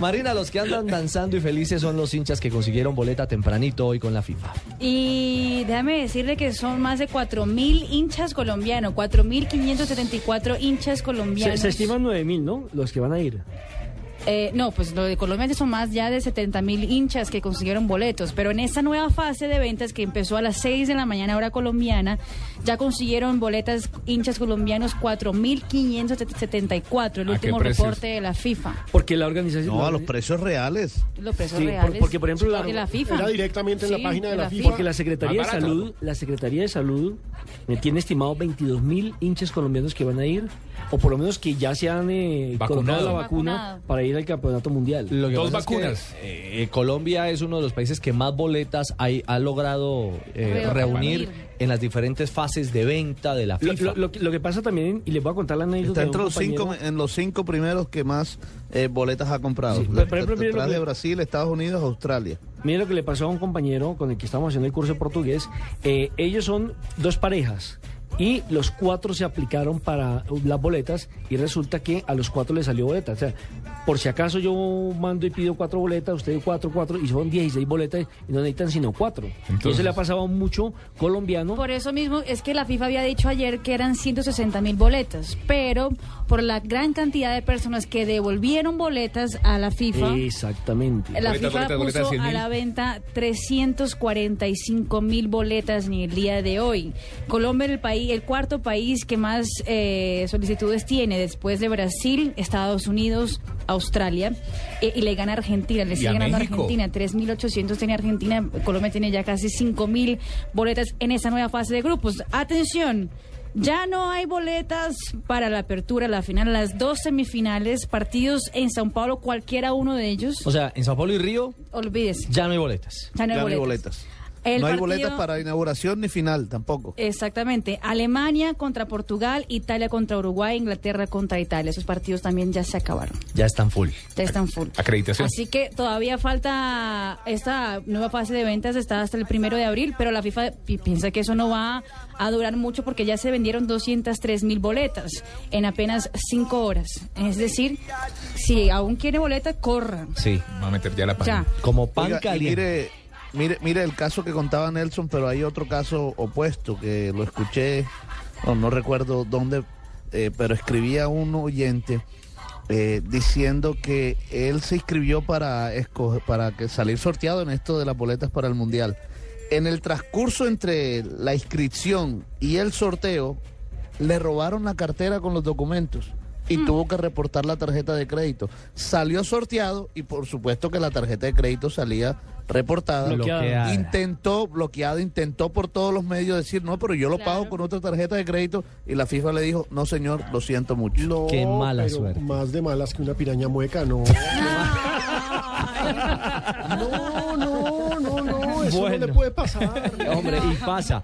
Marina, los que andan danzando y felices son los hinchas que consiguieron boleta tempranito hoy con la FIFA. Y déjame decirle que son más de 4.000 hinchas colombianos, 4.574 hinchas Se, colombianos. se estiman 9000, ¿no? Los que van a ir. Eh, no, pues lo de Colombia son más ya de 70 mil hinchas que consiguieron boletos, pero en esta nueva fase de ventas que empezó a las 6 de la mañana hora colombiana, ya consiguieron boletas hinchas colombianos 4.574, el ¿A qué último precios? reporte de la FIFA. Porque la organización. No, la- a los precios reales. Los precios Sí, por- reales porque, por ejemplo, la- de la FIFA. Era directamente en la Sí, página de la FIFA. Porque la Secretaría de Más barato. Salud, la Secretaría de Salud me tiene estimado 22 mil hinchas colombianos que van a ir, o por lo menos que ya se han eh, Vacunado. colocado la vacuna Vacunado. para ir al campeonato mundial. Lo que Dos pasa es que, vacunas. eh, Colombia es uno de los países que más boletas hay- ha logrado eh, Re- reunir reunir. en las diferentes fases de venta de la Lo, FIFA. lo- lo que- lo que pasa también, y les voy a contar la anécdota. Está de entre un los cinco, compañero. en los cinco primeros que más eh, boletas ha comprado. Sí, La- por ejemplo, mira lo detrás de que- Brasil, Estados Unidos, Australia. Mira lo que le pasó a un compañero con el que estamos haciendo el curso de portugués. Eh, ellos son dos parejas y los cuatro se aplicaron para las boletas y resulta que a los cuatro les salió boleta. O sea, por si acaso yo mando y pido cuatro boletas, ustedes cuatro, cuatro y son 16 boletas y no necesitan sino cuatro. Entonces, Entonces. le ha pasado a mucho colombiano. Por eso mismo es que la FIFA había dicho ayer que eran 160 mil boletas, pero por la gran cantidad de personas que devolvieron boletas a la FIFA, Exactamente. la Boletas, FIFA boletas, boletas, puso 100.000. a la venta 345 mil boletas en el día de hoy. Colombia es el país, el cuarto país que más eh, solicitudes tiene, después de Brasil, Estados Unidos, Australia, e- y le gana a Argentina, le Y sigue a ganando a México. Argentina. 3.800 tiene Argentina, Colombia tiene ya casi 5.000 boletas en esa nueva fase de grupos. Atención, ya no hay boletas para la apertura, la final, las dos semifinales, partidos en Sao Paulo, cualquiera uno de ellos. O sea, en Sao Paulo y Río Olvídese, ya no hay boletas. ya no hay Ya boletas. El No hay partido- boletas para inauguración ni final tampoco. Exactamente. Alemania contra Portugal, Italia contra Uruguay, Inglaterra contra Italia. Esos partidos también ya se acabaron. Ya están full. Ya están full. Acreditación. Así que todavía falta esta nueva fase de ventas, está hasta el primero de abril, pero la FIFA pi- piensa que eso no va a durar mucho porque ya se vendieron 203 mil boletas en apenas cinco horas. Es decir, si aún quiere boleta, corra. Sí. Va a meter ya la Ya. página. Como pan Oiga, y caliente. mire, mire, mire el caso que contaba Nelson, pero hay otro caso opuesto que lo escuché, o no recuerdo dónde, eh, pero escribía un oyente eh, diciendo que él se inscribió para, escoger, para que salir sorteado en esto de las boletas para el Mundial. En el transcurso entre la inscripción y el sorteo, le robaron la cartera con los documentos y tuvo que reportar la tarjeta de crédito. Salió sorteado y por supuesto que la tarjeta de crédito salía reportada. Bloqueada. Bloqueada. Intentó, bloqueado, intentó por todos los medios decir, no, pero yo lo pago con otra tarjeta de crédito y la FIFA le dijo, no señor, lo siento mucho. No, Qué mala pero suerte. Más de malas que una piraña mueca, no. No, no, no, no, eso no Bueno. le puede pasar. Hombre, y pasa.